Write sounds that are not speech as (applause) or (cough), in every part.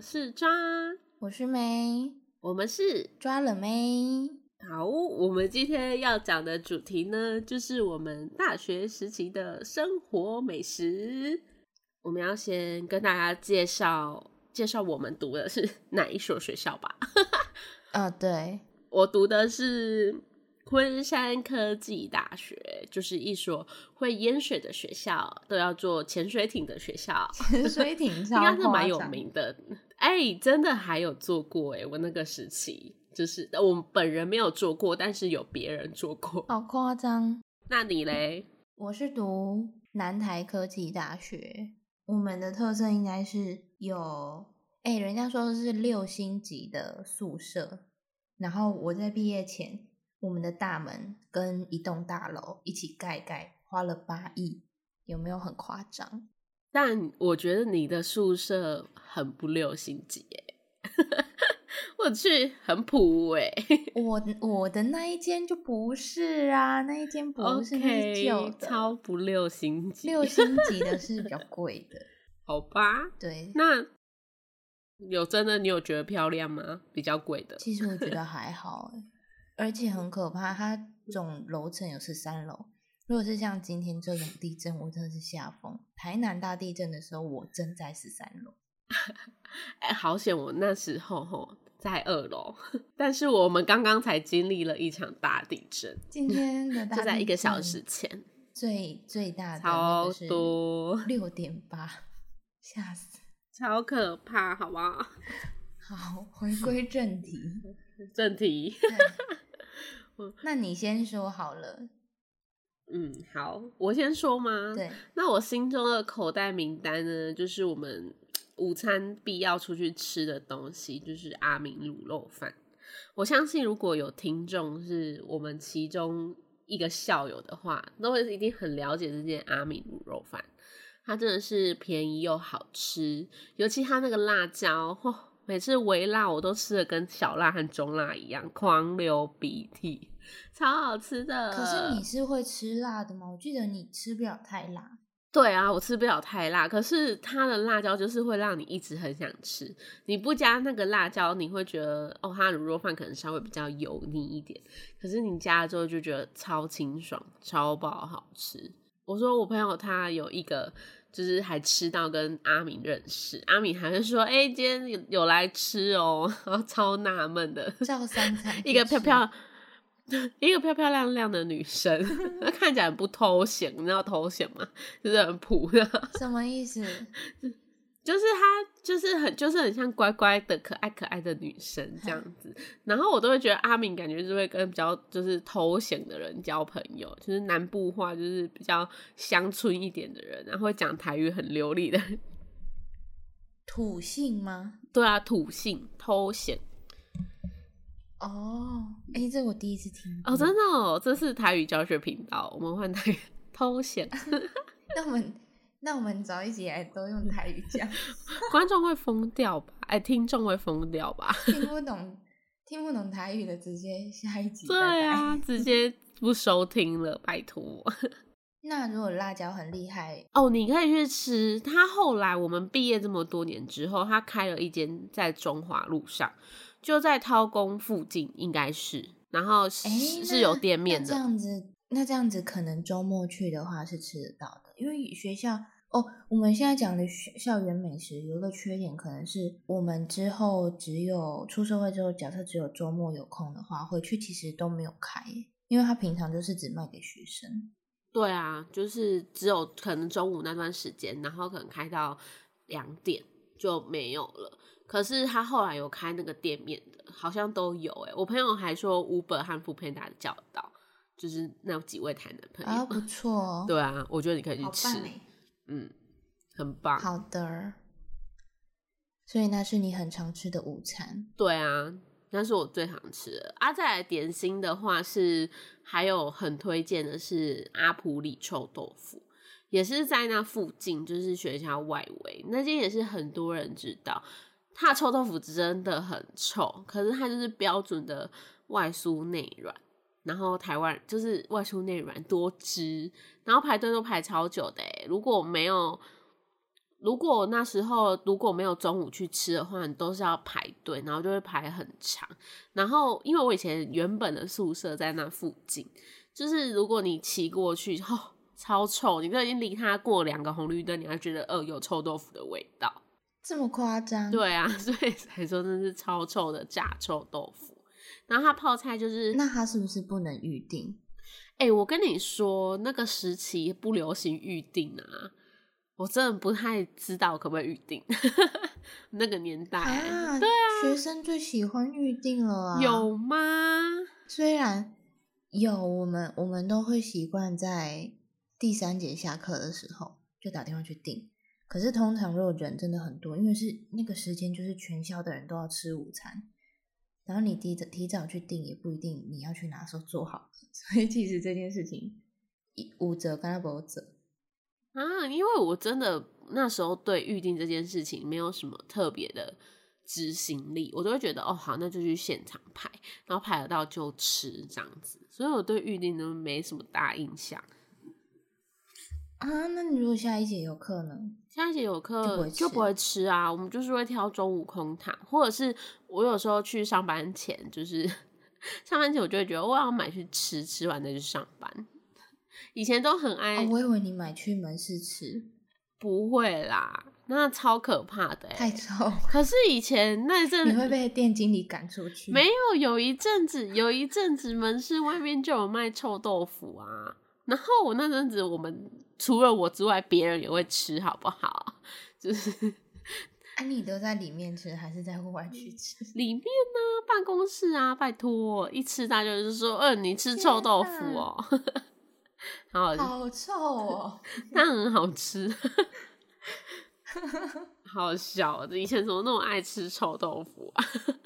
是抓，我是梅，我们是抓了没？好。我们今天要讲的主题呢，就是我们大学时期的生活美食。我们要先跟大家介绍介绍我们读的是哪一所学校吧。啊、对， (laughs) 我读的是昆山科技大学，就是一所会淹水的学校，都要做潜水艇的学校。潜水艇超应该是蛮有夸张。名的。哎、真的还有做过哎、我那个时期就是呃我本人没有做过，但是有别人做过。好夸张！那你嘞？我是读南台科技大学，我们的特色应该是有，哎、人家说是六星级的宿舍，然后我在毕业前，我们的大门跟一栋大楼一起盖盖，花了八亿，有没有很夸张？但我觉得你的宿舍很不六星级哎、 (laughs) 我去很普哎、我我的那一间就不是啊，那一间不是那是旧 OK，的，超不六星级，六星级的是比较贵的，好吧？对。那有真的你有觉得漂亮吗？比较贵的，其实我觉得还好欸、而且很可怕，它总楼层有十三楼。如果是像今天这种地震，我真的是吓疯。台南大地震的时候，我正在十三楼，哎、好险！我那时候吼在二楼， (laughs) 但是我们刚刚才经历了一场大地震，今天 (laughs) 的大就在一个小地时震前，最最大的超多， (laughs) 六点八，吓死！超可怕，好不好？好， (laughs) 回归正题。正题， (laughs) (laughs) 对那你先说好了。嗯，好，我先说吗？对，那我心中的口袋名单呢，就是我们午餐必要出去吃的东西，就是阿明卤肉饭。我相信如果有听众是我们其中一个校友的话，都会一定很了解这件阿明卤肉饭。它真的是便宜又好吃，尤其它那个辣椒，嚯、每次微辣我都吃的跟小辣和中辣一样，狂流鼻涕，超好吃的。可是你是会吃辣的吗？我记得你吃不了太辣。对啊，我吃不了太辣，可是它的辣椒就是会让你一直很想吃。你不加那个辣椒，你会觉得哦，它的卤肉饭可能稍微比较油腻一点，可是你加了之后就觉得超清爽、超爆好吃。我说我朋友他有一个，就是还吃到跟阿敏认识，阿敏还会说：“哎、今天有有来吃哦。” (laughs) 然后超纳闷的，照三餐 (laughs) 一个去漂吃漂一个漂漂亮亮的女生， (laughs) 她看起来很不偷闲，你知道偷闲吗？就是很普的，什么意思？ (laughs) 就是她就是很就是很像乖乖的可爱可爱的女生这样子。然后我都会觉得阿敏感觉就会跟比较就是偷闲的人交朋友，就是南部话就是比较乡村一点的人，然后会讲台语很流利的人。 (laughs) 土性吗？对啊，土性偷闲哦，哎，这我第一次听哦，真过。的哦，这是台语教学频道，我们换台语 (laughs) 偷闲。那我们那我们早一集来都用台语 (laughs) 讲，观众会疯掉吧？哎、听众会疯掉 (laughs) 吧？听不懂听不懂台语的，直接下一集。对啊，拜拜。直接不收听了，拜托。那如果辣椒很厉害， (laughs) 哦，你可以去吃。他后来我们毕业这么多年之后，他开了一间在中华路上，就在掏宫附近，应该是，然后是、哎，是那有店面那这的。样子，那这样子可能周末去的话是吃得到的，因为学校。哦，我们现在讲的学校园美食有一个缺点，可能是我们之后只有出社会之后，假设只有周末有空的话，回去其实都没有开耶，因为它平常就是只卖给学生。对啊，就是只有可能中午那段时间，然后可能开到两点就没有了。可是他后来有开那个店面的，好像都有诶、我朋友还说 Uber 和 f o o p a n d a 的叫得到，就是那几位台南朋啊，友。不错哦，对啊，我觉得你可以去好吃棒，哎，嗯，很棒。好的。所以那是你很常吃的午餐，对啊，那是我最常吃的。啊，再来点心的话是，还有很推荐的是阿普里臭豆腐，也是在那附近，就是学校外围那间也是很多人知道。它的臭豆腐真的很臭，可是它就是标准的外酥内软，然后台湾就是外酥内软多汁，然后排队都排超久的欸、如果没有如果那时候如果没有中午去吃的话，你都是要排队，然后就会排很长。然后因为我以前原本的宿舍在那附近，就是如果你骑过去， (laughs) 哦，超臭，你都已经离它过两个红绿灯，你还觉得呃有臭豆腐的味道。这么夸张？，对啊， (laughs) 所以才说真是超臭的炸臭豆腐。然后它泡菜就是，那它是不是不能预定？哎、我跟你说，那个时期不流行预定啊，我真的不太知道可不可以预定。 (laughs) 那个年代、啊，对啊，学生最喜欢预定了啊。，有吗？虽然有我们，我们都会习惯在第三节下课的时候就打电话去订。可是通常如果人真的很多，因为是那个时间就是全校的人都要吃午餐，然后你提早提早去订也不一定你要去哪时候做好， (laughs) 所以其实这件事情一五折跟他不折，啊，因为我真的那时候对预定这件事情没有什么特别的执行力，我都会觉得哦好，那就去现场排，然后排得到就吃这样子，所以我对预定都没什么大印象。啊，那你如果下一节有课呢？下一节有就不课会就吃不会吃啊，我们就是会挑中午空堂，或者是我有时候去上班前，就是 (laughs) 上班前我就会觉得我要买去吃，吃完再去上班。以前都很爱，啊，我以为你买去门市吃，不会啦，那超可怕的、太欸。臭，可是以前那一阵你会被店经理赶出去。没有，有一阵子，有一阵子门市外面就有卖臭豆腐啊。然后我那阵子，我们除了我之外，别人也会吃，好不好？就是啊，你都在里面吃还是在户外去吃？里面呢、办公室啊，拜托，一吃大家就是说，嗯、你吃臭豆腐哦、 (laughs) (laughs) 好好好 (laughs) 臭哦！但很好吃，好笑。以前怎么那么爱吃臭豆腐啊？ (laughs)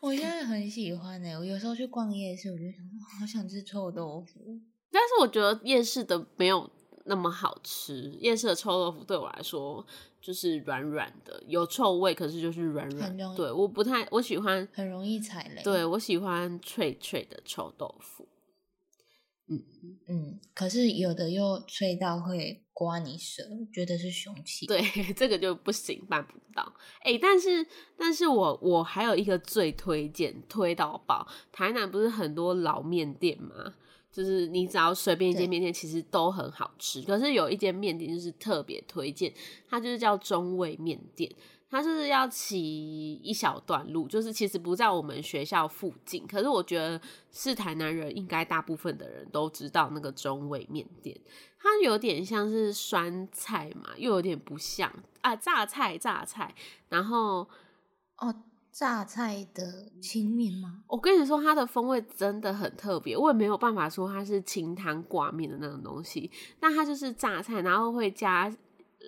我现在很喜欢欸呢、我有时候去逛夜市，我就想说，好想吃臭豆腐。但是我觉得夜市的没有那么好吃，夜市的臭豆腐对我来说就是软软的，有臭味，可是就是软软很的。容易对，我不太，我喜欢，很容易踩雷，对，我喜欢脆脆的臭豆腐。嗯，可是有的又脆到会刮你舌，觉得是凶 (laughs) 器。，对，这个就不行，办不到。哎、但是，但是我我还有一个最推荐，推到爆。台南不是很多老面店吗？就是你只要随便一间对面店，其实都很好吃。可是有一间面店就是特别推荐，它就是叫中味面店。它就是要骑一小段路，就是其实不在我们学校附近，可是我觉得是台南人，应该大部分的人都知道那个中味面店。它有点像是酸菜嘛，又有点不像啊，榨菜榨菜。然后哦，榨菜的青面吗？我跟你说，它的风味真的很特别，我也没有办法说它是清汤挂面的那种东西，但它就是榨菜，然后会加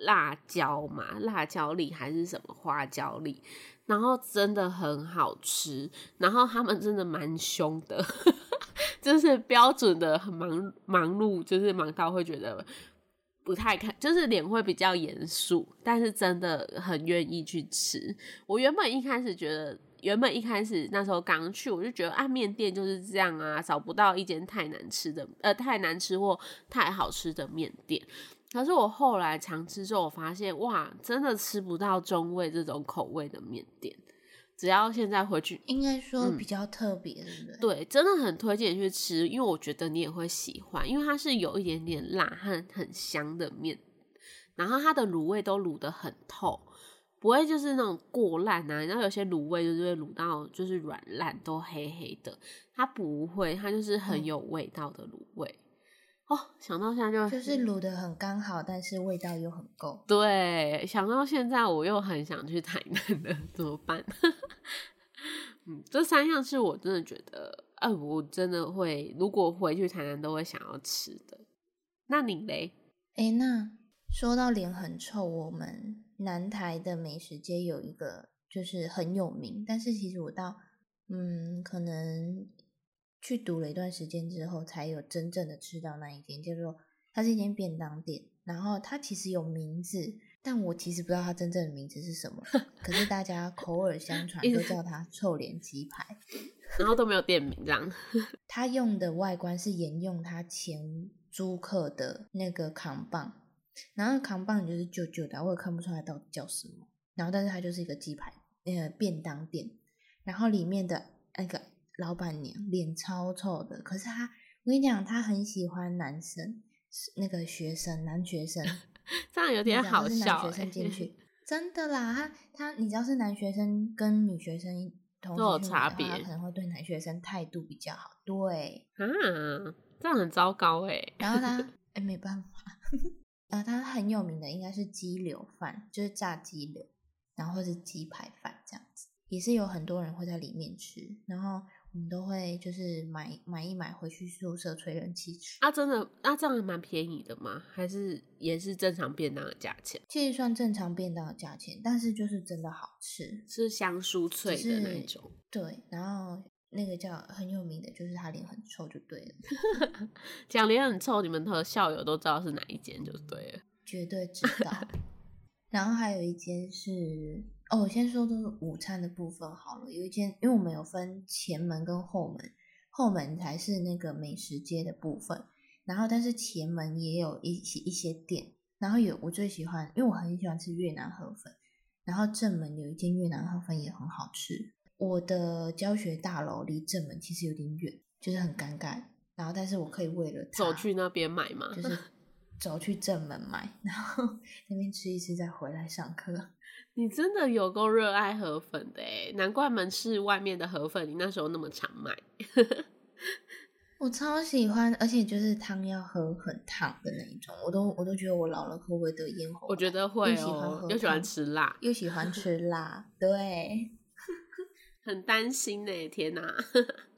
辣椒嘛，辣椒粒还是什么花椒粒，然后真的很好吃，然后他们真的蛮凶的。 (laughs) 就是标准的很忙忙碌，就是忙到会觉得不太看，就是脸会比较严肃，但是真的很愿意去吃。我原本一开始觉得，原本一开始那时候刚去，我就觉得啊，面店就是这样啊，找不到一间太难吃的，呃，太难吃或太好吃的面店。可是我后来常吃之后，我发现哇，真的吃不到中味这种口味的面店。只要现在回去应该说嗯比较特别，对不对？对，真的很推荐你去吃，因为我觉得你也会喜欢，因为它是有一点点辣和很香的面，然后它的卤味都卤得很透，不会就是那种过烂啊，然后有些卤味就是会卤到就是软烂都黑黑的，它不会，它就是很嗯有味道的卤味。哦，想到现在就就是卤的很刚好，但是味道又很够。对，想到现在我又很想去台南了，怎么办？ (laughs) 嗯，这三样是我真的觉得，呃，我真的会，如果回去台南都会想要吃的。那你嘞？诶，那说到脸很臭，我们南台的美食街有一个就是很有名，但是其实我到嗯，可能去读了一段时间之后，才有真正的吃到那一间，叫做它是一间便当店，然后它其实有名字，但我其实不知道它真正的名字是什么，可是大家口耳相传 (laughs) 一都直叫它臭脸鸡排。然后都没有店名这样，它用的外观是沿用它前租客的那个扛棒，然后扛棒就是旧旧的啊，我也看不出来到底叫什么。然后但是它就是一个鸡排那个便当店，然后里面的那个老板娘脸超臭的，可是她我跟你讲，她很喜欢男生，是那个学生男 (laughs) 学生，这样有你点讲好就是笑、男学欸。生进 (laughs) 去，真的啦，他他你知道是男学生跟女学生同时都有去差买的话别他可能会对男学生态度比较好，对。啊，这样很糟糕哎、然后他哎没办法， (laughs) 呃，他很有名的应该是鸡柳饭，就是炸鸡柳，然后或是鸡排饭这样子，也是有很多人会在里面吃，然后我们都会就是买买一买回去宿舍吹冷气吃，啊，真的，那、这样还蛮便宜的吗？还是也是正常便当的价钱？其实算正常便当的价钱，但是就是真的好吃，是香酥脆的那是种。对，然后那个叫很有名的，就是他脸很臭就对了，讲脸很臭，你们的校友都知道是哪一间就对了。绝对知道。然后还有一间是哦，我先说就是午餐的部分好了。有一间，因为我们有分前门跟后门，后门才是那个美食街的部分。然后但是前门也有一些一些店，然后有我最喜欢，因为我很喜欢吃越南河粉，然后正门有一间越南河粉也很好吃。我的教学大楼离正门其实有点远，就是很尴尬。然后但是我可以为了它走去那边买吗？就是走去正门买，然后那边吃一吃再回来上课。你真的有够热爱河粉的哎、难怪门市外面的河粉你那时候那么常买。我超喜欢，而且就是汤要喝很烫的那一种，我都我都觉得我老了会不会得咽喉癌？我觉得会又喜欢哦、喝又喜欢汤吃辣，又喜欢吃辣，对。很担心呢、天哪、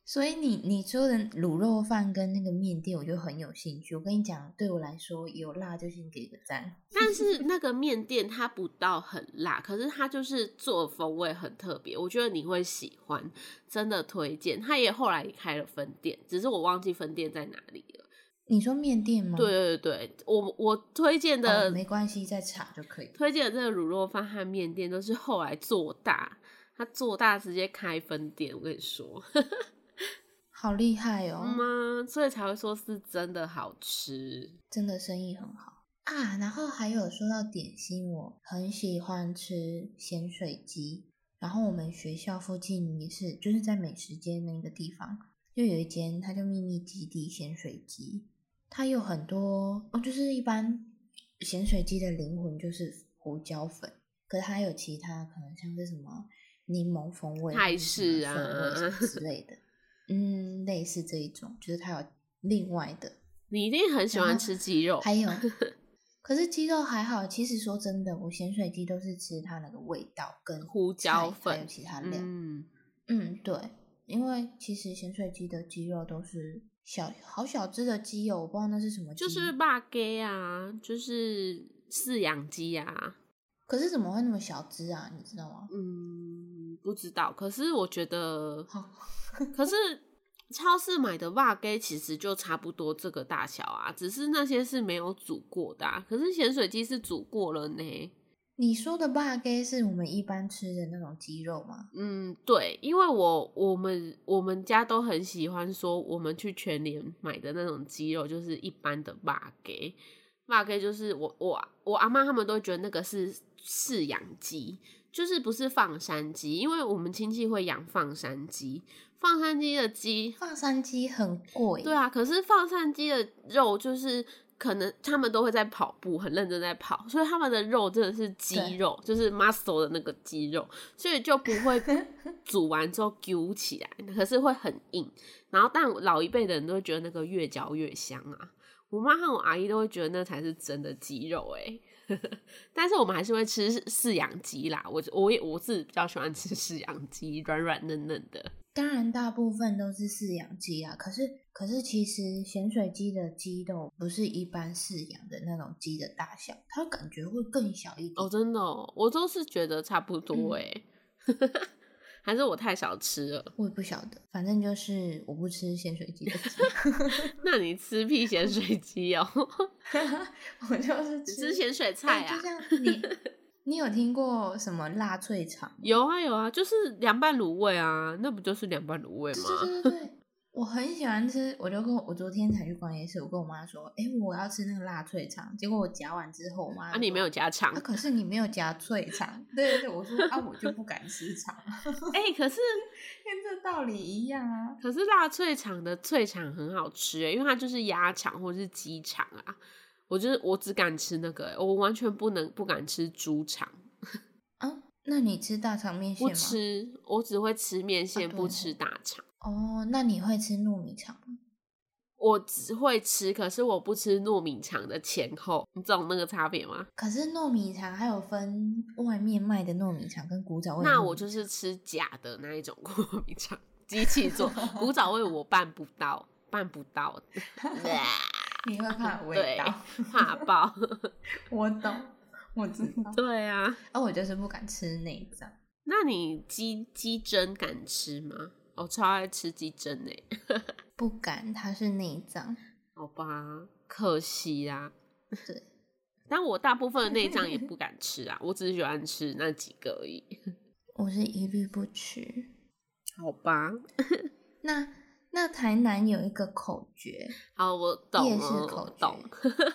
所以你你说的卤肉饭跟那个面店，我就很有兴趣。我跟你讲，对我来说有辣就先给个赞。但是那个面店它不到很辣，可是它就是做风味很特别，我觉得你会喜欢，真的推荐。它也后来也开了分店，只是我忘记分店在哪里了。你说面店吗？对对对，我我推荐嗯哦，的、没关系，再查就可以。推荐的这个卤肉饭和面店都是后来做大，它做大直接开分店，我跟你说，好厉害哦！嗯啊、所以才会说是真的好吃。真的生意很好啊。然后还有说到点心，我很喜欢吃咸水鸡。然后我们学校附近也是，就是在美食街那个地方，就有一间，它叫秘密基地咸水鸡。它有很多哦，就是一般咸水鸡的灵魂就是胡椒粉，可是它有其他可能像是什么柠檬风味、泰或是什式么啊风味什么之类的，嗯，类似这一种，就是它有另外的。你一定很喜欢然后吃鸡肉， (laughs) 还有，可是鸡肉还好。其实说真的，我咸水鸡都是吃它那个味道跟胡椒菜还有粉，其他料。嗯嗯。对，因为其实咸水鸡的鸡肉都是小好小只的鸡哦，我不知道那是什么鸡。就是，霸鸡啊，就是饲养鸡啊，可是怎么会那么小只啊？你知道吗？嗯，不知道。可是我觉得，好，可是超市买的霸鸡其实就差不多这个大小啊，只是那些是没有煮过的、啊，可是咸水鸡是煮过了呢。你说的霸鸡是我们一般吃的那种鸡肉吗？嗯，对，因为我我们我们家都很喜欢说，我们去全联买的那种鸡肉就是一般的霸给，霸给就是我我我阿妈他们都觉得那个是饲养鸡，就是不是放山鸡，因为我们亲戚会养放山鸡，放山鸡的鸡放山鸡很贵，对啊，可是放散鸡的肉就是可能他们都会在跑步，很认真在跑，所以他们的肉真的是肌对肉，就是 muscle 的那个肌肉，所以就不会煮完之后揪起来，可是会很硬。然后，但老一辈的人都会觉得那个越嚼越香啊。我妈和我阿姨都会觉得那才是真的鸡肉哎、 (laughs) 但是我们还是会吃饲养鸡啦。我我也我自己比较喜欢吃饲养鸡，软软嫩嫩的。当然，大部分都是饲养鸡啊。可是，可是其实咸水鸡的鸡肉不是一般饲养的那种鸡的大小，它感觉会更小一点。哦，真的、哦，我都是觉得差不多嗯哎、 (laughs) 还是我太少吃了？我也不晓得，反正就是我不吃咸水鸡的鸡， (laughs) 那你吃屁咸水鸡 (laughs) 哦，我就是你吃吃咸水菜哎啊 (laughs) 就？像你，你有听过什么辣脆肠？有啊有啊，就是凉拌卤味啊，那不就是凉拌卤味对吗？对对对对，我很喜欢吃，我就跟我我昨天才去逛夜市，我跟我妈说，哎、我要吃那个辣脆肠。结果我夹完之后，我妈啊，你没有 (laughs) 加肠啊，？可是你没有夹脆肠。 (laughs) 对对对，我说啊，我就不敢吃肠，哎、可是 (laughs) 跟这道理一样啊。 (laughs) 可是辣脆肠的脆肠很好吃、欸，因为它就是鸭肠或是鸡肠啊。我就是我只敢吃那个欸、我完全不能不敢吃猪肠，啊，那你吃大肠面线不吗？吃，我只会吃面线，对不吃大肠。哦，那你会吃糯米肠吗？我只会吃，可是我不吃糯米肠的前后，你懂那个差别吗？可是糯米肠还有分外面卖的糯米肠跟古早味的糯米。那我就是吃假的那一种糯米肠，机器做古早味我办不到，办不到，你会怕味对道， (laughs) 怕爆，我懂，我知 (laughs) 道。对啊。啊，我就是不敢吃内脏。那你鸡鸡胗敢吃吗？我超爱吃鸡胗呢、不敢，它是内脏。好吧，可惜啊。对，但我大部分的内脏也不敢吃啊，我只是喜欢吃那几个而已。我是一律不吃。好吧，那那台南有一个口诀，好，我懂夜市了，口我诀懂。 (laughs)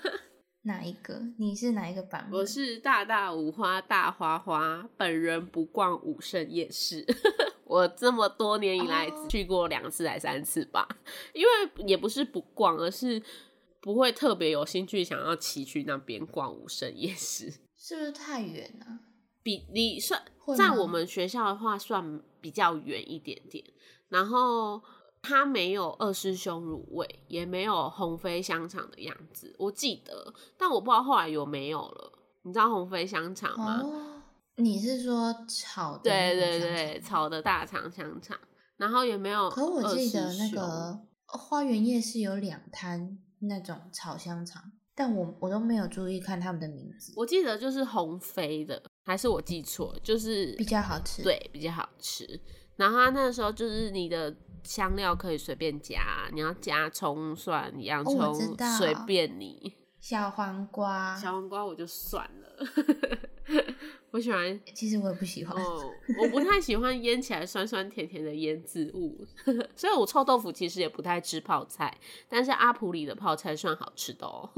哪一个？你是哪一个版本？我是大大五花大花花，本人不逛武圣夜市。 (laughs) 我这么多年以来哦只去过两次还三次吧，因为也不是不逛，而是不会特别有兴趣想要骑去那边逛武圣夜市。是不是太远啊？比你算会在吗我们学校的话算比较远一点点，然后它没有二师兄卤味，也没有鸿飞香肠的样子，我记得，但我不知道后来有没有了。你知道鸿飞香肠吗？哦，你是说炒的？对对对，。炒的大肠香肠，然后也没有可我二记师得那兄个哦花园夜市有两摊那种炒香肠，但我我都没有注意看他们的名字，我记得就是鸿飞的，还是我记错了？就是比较好吃。，对，比较好吃。然后它那时候就是你的香料可以随便加，你要加葱蒜、洋哦我葱，知道啊随便你。小黄瓜，小黄瓜我就算了， (laughs) 我喜 (laughs) 欢其实我也不喜欢。哦，我不太喜欢腌起来酸酸甜甜的腌制物， (laughs) 所以我臭豆腐其实也不太吃泡菜，但是阿普里的泡菜算好吃的哦。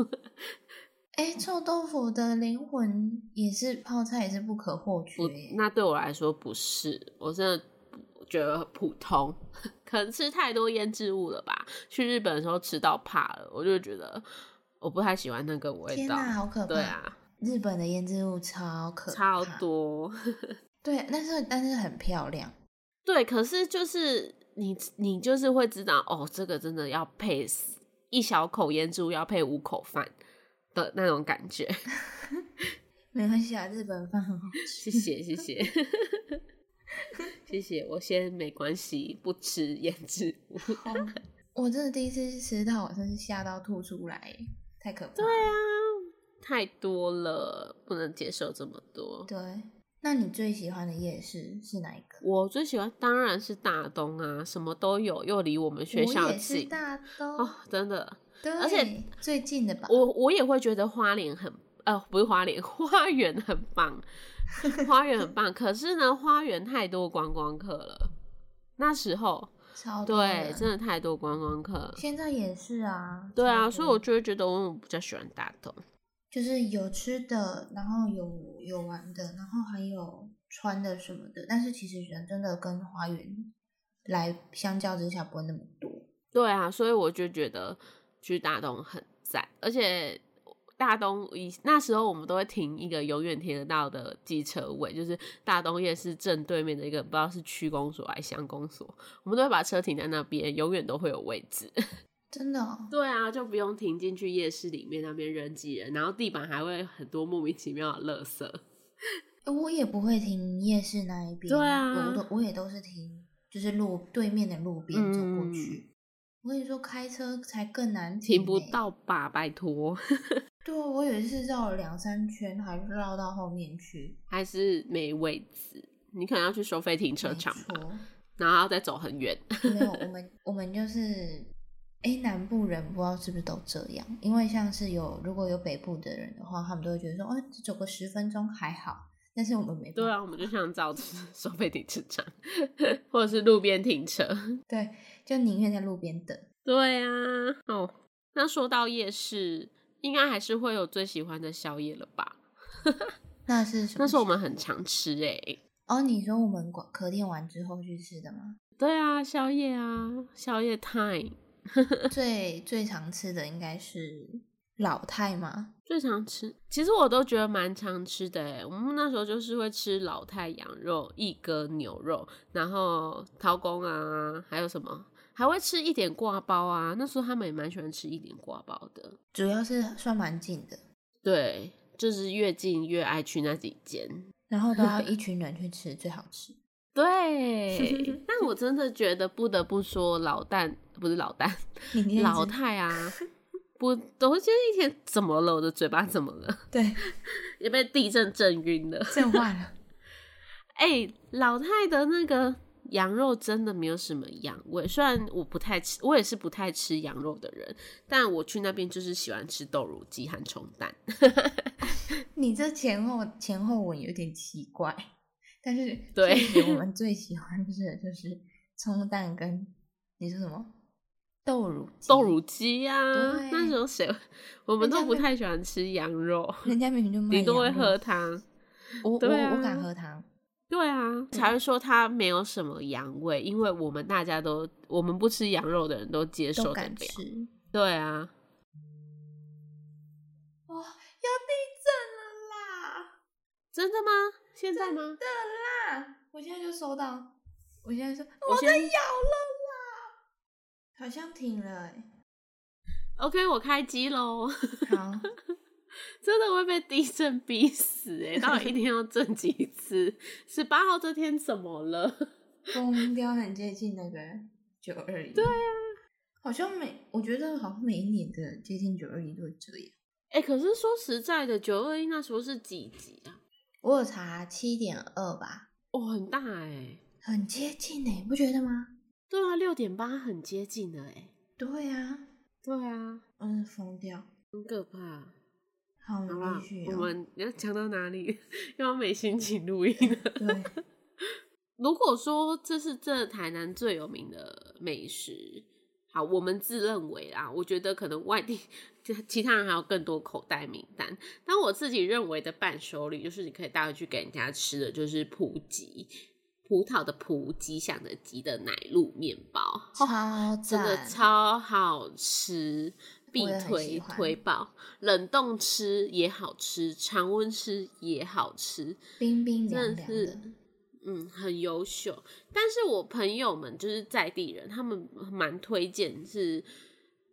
哎、臭豆腐的灵魂也是泡菜，也是不可或缺欸不耶。，那对我来说不是，我真的不觉得普通， (laughs) 可能吃太多腌制物了吧。去日本的时候吃到怕了，我就觉得我不太喜欢那个味天道。好可怕！对，啊，日本的腌制物超可怕，超。多。 (laughs) 对，但是但是很漂亮。对，可是就是你，你就是会知道哦，这个真的要配死一小口腌制物要配五口饭的那种感觉。 (laughs) 没关系啊，日本饭很好吃。谢谢，谢谢。 (laughs) 谢谢，我先没关系，不吃腌制物。 (laughs) 我真的第一次吃到，我真是吓到吐出来，太可怕了。对啊，太多了，不能接受这么多。对，那你最喜欢的夜市是哪一个？我最喜欢当然是大东啊，什么都有，又离我们学校我也是近大东，哦，真的，对，而且最近的吧，我我也会觉得花莲很呃不是花莲， (laughs) 花园很棒，花园很棒。可是呢，花园太多观光客了，那时候超多对，人真的太多观光客了。现在也是啊，对啊，超所以多我就会觉得我比较喜欢大东。就是有吃的，然后有有玩的，然后还有穿的什么的，但是其实人真的跟花园来相较之下不会那么多，对啊，所以我就觉得去大东很赞，而且大东以那时候我们都会停一个永远停得到的机车位，就是大东夜市正对面的一个不知道是区公所还是乡公所，我们都会把车停在那边，永远都会有位置。 (laughs) 真的、哦。对啊，就不用停进去夜市里面那边人挤人，然后地板还会很多莫名其妙的垃圾。呃我也不会停夜市那一边，对啊我都我也都是停，就是路对面的路边走过去。我跟你说，开车才更难嗯停欸不。到吧，拜托，对啊，我有一次绕了两三圈，还绕到后面去。还是没位置。你可能要去收费停车没场吧，错。然后要再走很远。没有，我们我们就是，哎，南部人不知道是不是都这样，因为像是有如果有北部的人的话，他们都会觉得说，哦，只走个十分钟还好，但是我们没办对法。啊，我们就想找 (laughs) 收费停车场， (laughs) 或者是路边停车。对，就宁愿在路边等。对啊，哦，那说到夜市，应该还是会有最喜欢的宵夜了吧？那是什么？那时候我们很常吃欸诶、哦，你说我们管壳店完之后去吃的吗？对啊，宵夜啊，宵夜 time 最最常吃的应该是老太吗？最常吃。其实我都觉得蛮常吃的欸诶、我们那时候就是会吃老太羊肉、一哥牛肉，然后陶公啊，还有什么，还会吃一点挂包啊。那时候他们也蛮喜欢吃一点挂包的。主要是算蛮近的，对，就是越近越爱去那几间。然后都要一群人去吃最好吃。 (laughs) 对，但我真的觉得不得不说，老旦不是老旦，你今天老吃太啊，不，我今天一天怎么了？我的嘴巴怎么了？ (laughs) 对也被地震震晕了。震坏了，哎、老太的那个羊肉真的没有什么羊味，虽然我不太吃，我也是不太吃羊肉的人，但我去那边就是喜欢吃豆乳鸡和虫蛋。你这前后前后文有点奇怪，但是对确实 (laughs) 我们最喜欢吃的就是葱蛋跟你说什么豆乳鸡豆，乳鸡呀、对那时候谁我们人家都不会太喜欢吃羊肉，人家明 (laughs) 明就卖顶多会羊肉喝，汤。我我对啊我敢喝汤，对啊，才会说它没有什么羊味，因为我们大家都我们不吃羊肉的人都接受都得敢了。吃。对啊，哇、要地震了啦！真的吗？现在吗？的啦！我现在就收到，我现在说我我被咬先了啦，好像停了欸、 OK，我开机喽。好， (laughs) 真的会被地震逼死哎、欸！到底一天要震几次？十八号这天怎么了？风标很接近那个九二一。对啊，好像每我觉得好像每一年的接近九二一都会这样。哎、可是说实在的，九二一那时候是几级啊？我有查七点二吧，哦，很大哎、很接近呢、不觉得吗？对啊，六点八很接近了哎、对啊，对啊，嗯，疯掉。很可怕。好，我好啦们继续、，我哦。们要讲到哪里？ (laughs) 要没心情录音了。对， (laughs) 如果说这是这台南最有名的美食，好，我们自认为啦，我觉得可能外地其其他人还有更多口袋名单。但我自己认为的伴手礼，就是你可以带回去给人家吃的，就是普吉，葡萄的葡，吉祥的吉的奶露面包，超赞，真的超好吃，必我也很喜推欢推爆。冷冻吃也好吃，常温吃也好吃，冰冰凉真的凉是的。，嗯，很优秀。但是我朋友们就是在地人，他们蛮推荐是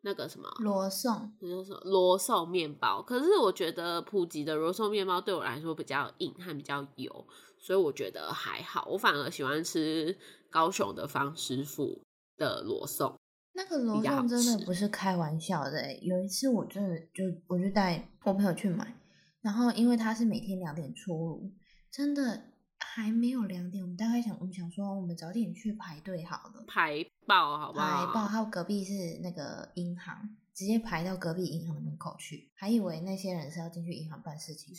那个什么，罗宋，那叫什么罗宋面包。可是我觉得普及的罗宋面包对我来说比较硬，和比较油，所以我觉得还好。我反而喜欢吃高雄的方师傅的罗宋。那个罗比较好宋真的吃不是开玩笑的欸、有一次我真的就我就带我朋友去买，然后因为他是每天两点出炉，真的还没有两点，我们大概想我们想说我们早点去排队好了，排爆好不好？排爆，还有隔壁是那个银行，直接排到隔壁银行的门口去，还以为那些人是要进去银行办 (laughs) 事情，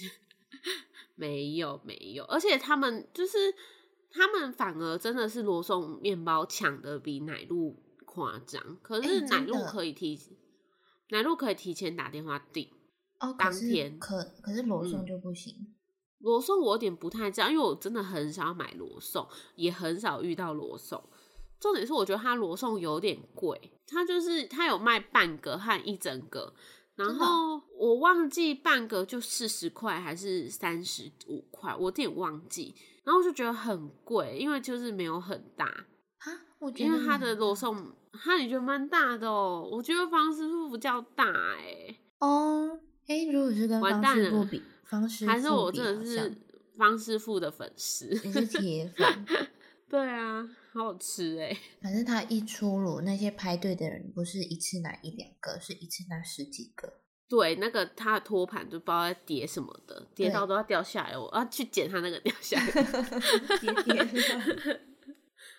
没有没有，而且他们就是他们反而真的是罗宋面包抢的比奶露夸张，可哎是真奶露的可以提、奶露可以提前打电话订。哦，可当是天可可是罗宋嗯就不行，罗宋我有点不太知道，因为我真的很少买罗宋，也很少遇到罗宋。重点是我觉得它罗宋有点贵，它就是它有卖半个和一整个，然真的哦后我忘记半个就四十块还是三十五块，我有点忘记。然后我就觉得很贵，因为就是没有很大，啊，我觉因得为它很的罗宋，它也觉得蛮大的哦、我觉得方师傅比较大哎、哦，哎，如果是跟完方蛋师傅了比，方师还是傅我比真的好像是方师傅的粉丝。 (laughs) 你是铁粉，对啊，好好吃哎、反正他一出炉，那些排队的人不是一次拿一两个，是一次拿十几个。 (laughs) 对，那个它的托盘就不知道在叠什么的，叠对到都要掉下来，我要去捡它那个掉下来。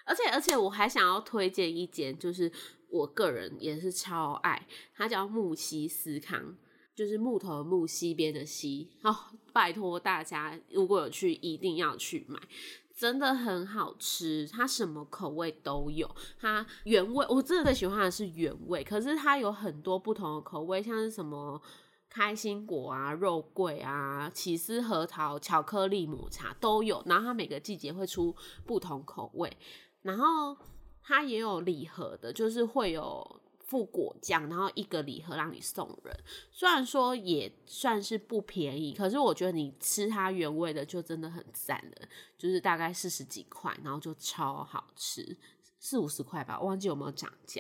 而且而且我还想要推荐一间，就是我个人也是超爱，它叫木西斯康，就是木头的木，西边的西。哦，拜托大家，如果有去，一定要去买。真的很好吃，它什么口味都有。它原味，我真的最喜欢的是原味，可是它有很多不同的口味，像是什么开心果啊、肉桂啊、起司核桃、巧克力抹茶都有。然后它每个季节会出不同口味，然后它也有礼盒的，就是会有附果酱，然后一个礼盒让你送人。虽然说也算是不便宜，可是我觉得你吃它原味的就真的很赞了。就是大概四十几块，然后就超好吃，四五十块吧，忘记有没有涨价。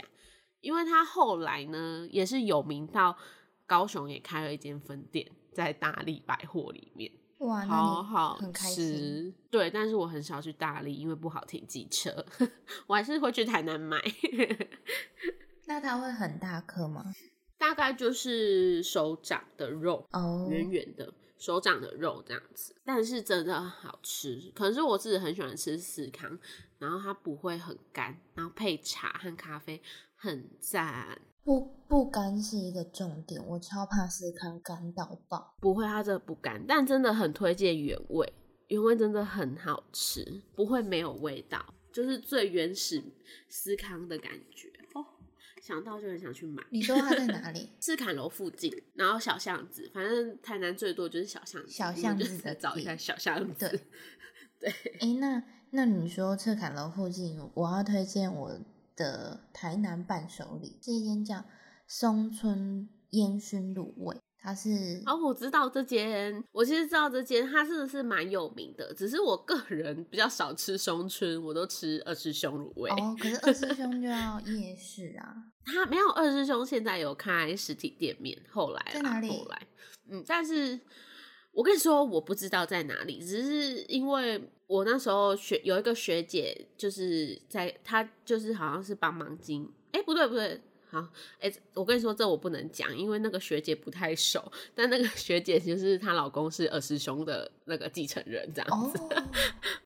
因为它后来呢，也是有名到高雄也开了一间分店，在大力百货里面，哇，那好你好很开心。吃。对，但是我很少去大力，因为不好停机车， (laughs) 我还是会去台南买。 (laughs) 那它会很大颗吗？大概就是手掌的肉，哦，圆圆的手掌的肉这样子，但是真的好吃。可是我自己很喜欢吃司康，然后它不会很干，然后配茶和咖啡很赞。不不干是一个重点，我超怕司康干到爆。不会，它真的不干，但真的很推荐原味，原味真的很好吃，不会没有味道，就是最原始司康的感觉哦。想到就很想去买。？你说它在哪里 (laughs) 是坎楼附近，然后小巷子，反正台南最多就是小巷子，小你们巷就子是的找一地下小巷子。对诶，那那你说赤坎楼附近，我要推荐我的台南伴手礼，是一间叫松村烟熏卤味，它是哦，我知道这间，我其实知道这间，它真的是蛮有名的。只是我个人比较少吃松春，我都吃二师兄卤味。哦，可是二师兄就要夜市 (laughs) 啊，他没有二师兄，现在有开实体店面，后来啦在哪里后来，嗯，但是我跟你说，我不知道在哪里，只是因为我那时候学有一个学姐，就是在她就是好像是帮忙经，哎、不对不对。好，哎、我跟你说，这我不能讲，因为那个学姐不太熟。但那个 (laughs) 学姐就是她老公是二师兄的那个继承人，这样哦，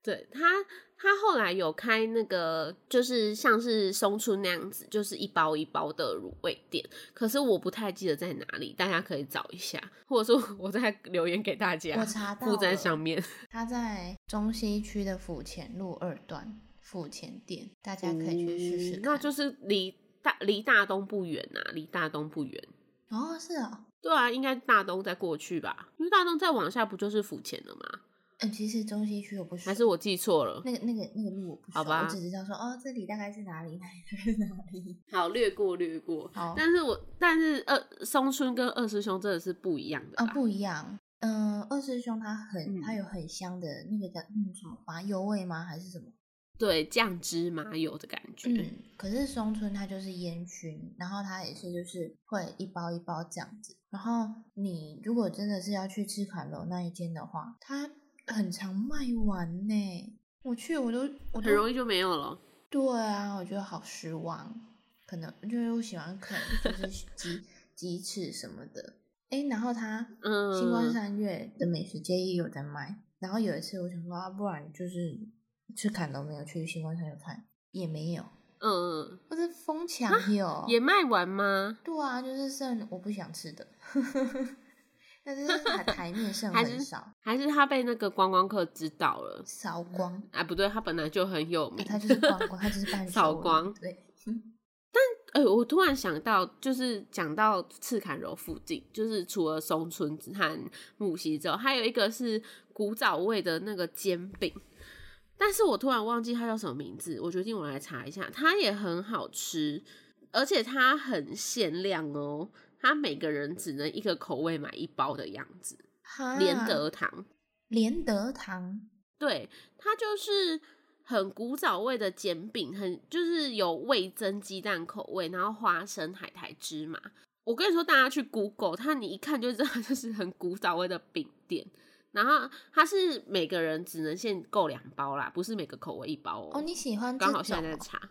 对他，他后来有开那个，就是像是松村那样子，就是一包一包的卤味店。可是我不太记得在哪里，大家可以找一下，或者说 (laughs) 我再留言给大家我，查到啊附在了上面。它在中西区的府前路二段府前店，大家可以去试试嗯看。那就是离大离大东不远啊，离大东不远。哦，是哦，对啊，应该大东再过去吧，因为大东再往下不就是府前了吗？嗯、其实中西区我不熟，还是我记错了？那个那个那个路我不熟，好吧我只知道说哦，这里大概是 (laughs) 哪里，哪里大概是哪里。好，略过略过。好，但是我但是二松村跟二师兄真的是不一样的啊、啦不一样。嗯、二师兄他很，嗯他有很香的那个叫嗯什么麻油味吗？还是什么？对酱汁麻油的感觉。嗯，可是松村它就是烟熏，然后它也是就是会一包一包这样子。然后你如果真的是要去吃卡楼那一间的话，它很常卖完呢。我去我都我很都容易就没有了。对啊，我觉得好失望。可能就是我喜欢啃就是 (laughs) 鸡鸡翅什么的。诶，然后它嗯，星光三月的美食街也有在卖。然后有一次我想说，啊、不然就是去砍都没有去星光三月看，也没有。嗯，或是风墙有，啊也卖完吗？对啊，就是剩我不想吃的， (laughs) 但是台台面剩还是很少，还是他被那个观光客知道了？扫光，哎，不对，他本来就很有名。它就是光光，它就是半扫熟了光对，哎、我突然想到，就是讲到赤坎楼附近，就是除了松村子和木樨之后，还有一个是古早味的那个煎饼，但是我突然忘记它叫什么名字，我决定我来查一下，它也很好吃，而且它很限量哦，它每个人只能一个口味买一包的样子，哈连德堂。连德堂，对，它就是很古早味的煎饼，很就是有味增鸡蛋口味，然后花生、海苔、芝麻。我跟你说，大家去 Google，它你一看就知道，就是很古早味的饼店。然后它是每个人只能限购两包啦，不是每个口味一包哦。哦，你喜欢这刚种好现在在哦查，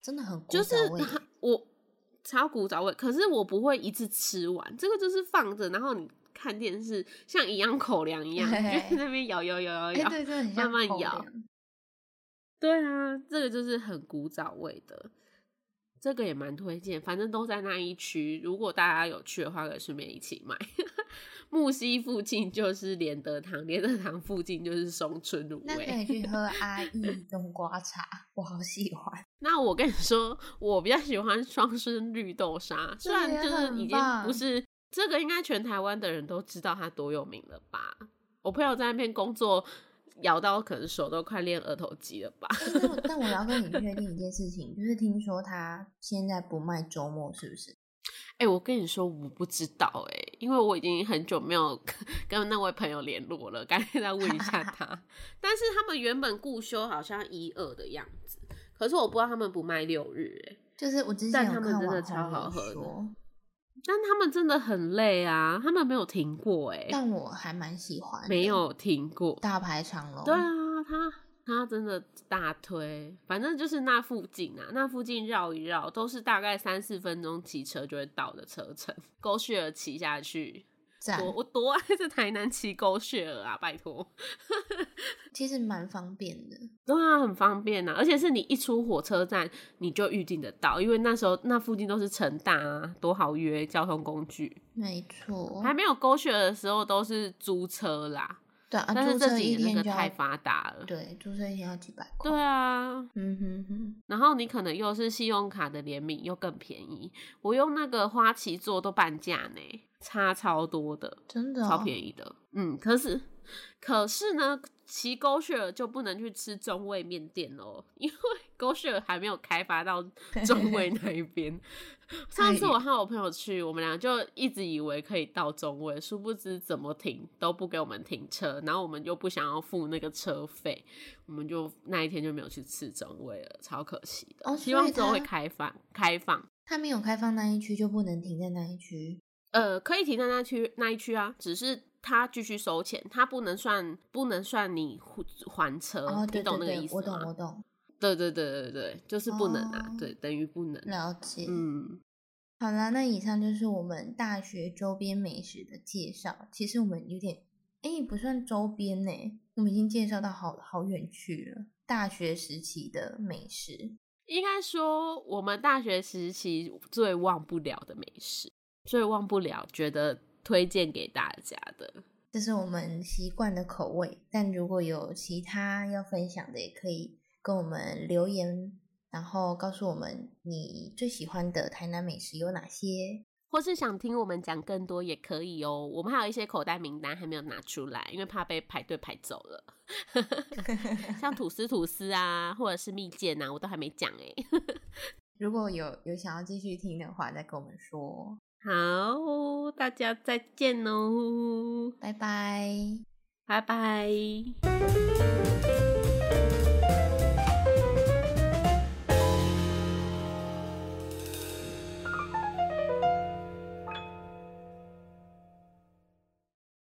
真的很古就是早味它 (laughs) 我超古早味，可是我不会一次吃完，这个就是放着，然后你看电视像一样口粮一样，你就在那边摇摇摇摇哎、摇。对，真的很像慢口咬粮对啊，这个就是很古早味的这个也蛮推荐，反正都在那一区。如果大家有去的话，可以顺便一起买。 (laughs) 木西附近就是莲德堂，莲德堂附近就是松村卤那可味。以 (laughs) 去喝阿义冬瓜茶，我好喜欢。 (laughs) 那我跟你说，我比较喜欢双生绿豆沙，虽然这个也就是啊很已经不棒是这个，应该全台湾的人都知道它多有名了吧？我朋友在那边工作，摇到可能手都快练额头肌了吧？诶那我但我要跟你确定一件事情，就是听说他现在不卖周末，是不是？哎、我跟你说，我不知道哎、因为我已经很久没有跟跟那位朋友联络了，赶紧再问一下他。但是他们原本固休好像一二的样子，可是我不知道他们不卖六日哎、就是我之但前有他们看真的网超好红喝的有说，但他们真的很累啊，他们没有停过哎、但我还蛮喜欢的。没有停过。大排长龙，对啊，他他真的大推，反正就是那附近啊，那附近绕一绕都是大概三四分钟骑车就会到的车程， (laughs) 狗血儿骑下去。赞我，我多爱在台南骑狗血儿啊，拜托。其实蛮方便的。对啊，很方便呐、而且是你一出火车站你就预定得到，因为那时候那附近都是城大啊，多好约交通工具。没错，还没有狗血儿的时候都是租车啦，对啊，但是租这车几一年那天个就太要，发达了。对，租车一天要几百块。对啊，嗯哼哼，然后你可能又是信用卡的联名，又更便宜。我用那个花旗做都半价呢，差超多的，真的、哦，超便宜的。嗯，可是可是呢，骑狗血儿就不能去吃中味面店哦，因为 (laughs) 狗血儿还没有开发到 (laughs) 中味那一边。上次我和我朋友去，我们俩就一直以为可以到中位，殊不知怎么停都不给我们停车，然后我们又不想要付那个车费，我们就那一天就没有去吃中位了，超可惜的。哦希所以望之后会它开放，开放，它没有开放那一区就不能停在那一区。呃，可以停在那区那一区啊，只是。他继续收钱，他不能算，不能算你还车，哦，呃你对懂那对个对意，思我吗？懂我懂，对对对对对，就是不能啊，哦对，等于不能。了解。嗯，好啦，那以上就是我们大学周边美食的介绍。其实我们有点，哎、不算周边呢、我们已经介绍到好好远去了。大学时期的美食，应该说，我们大学时期最忘不了的美食，最忘不了，觉得推荐给大家的。这是我们习惯的口味。但如果有其他要分享的，也可以跟我们留言，然后告诉我们你最喜欢的台南美食有哪些。或是想听我们讲更多也可以哦。我们还有一些口袋名单还没有拿出来，因为怕被排队排走了。 (laughs) 像吐司吐司啊，或者是蜜饯啊，我都还没讲哎、如果有有想要继续听的话，再跟我们说。 (laughs) 好哦，大家再见哦，拜拜。拜拜。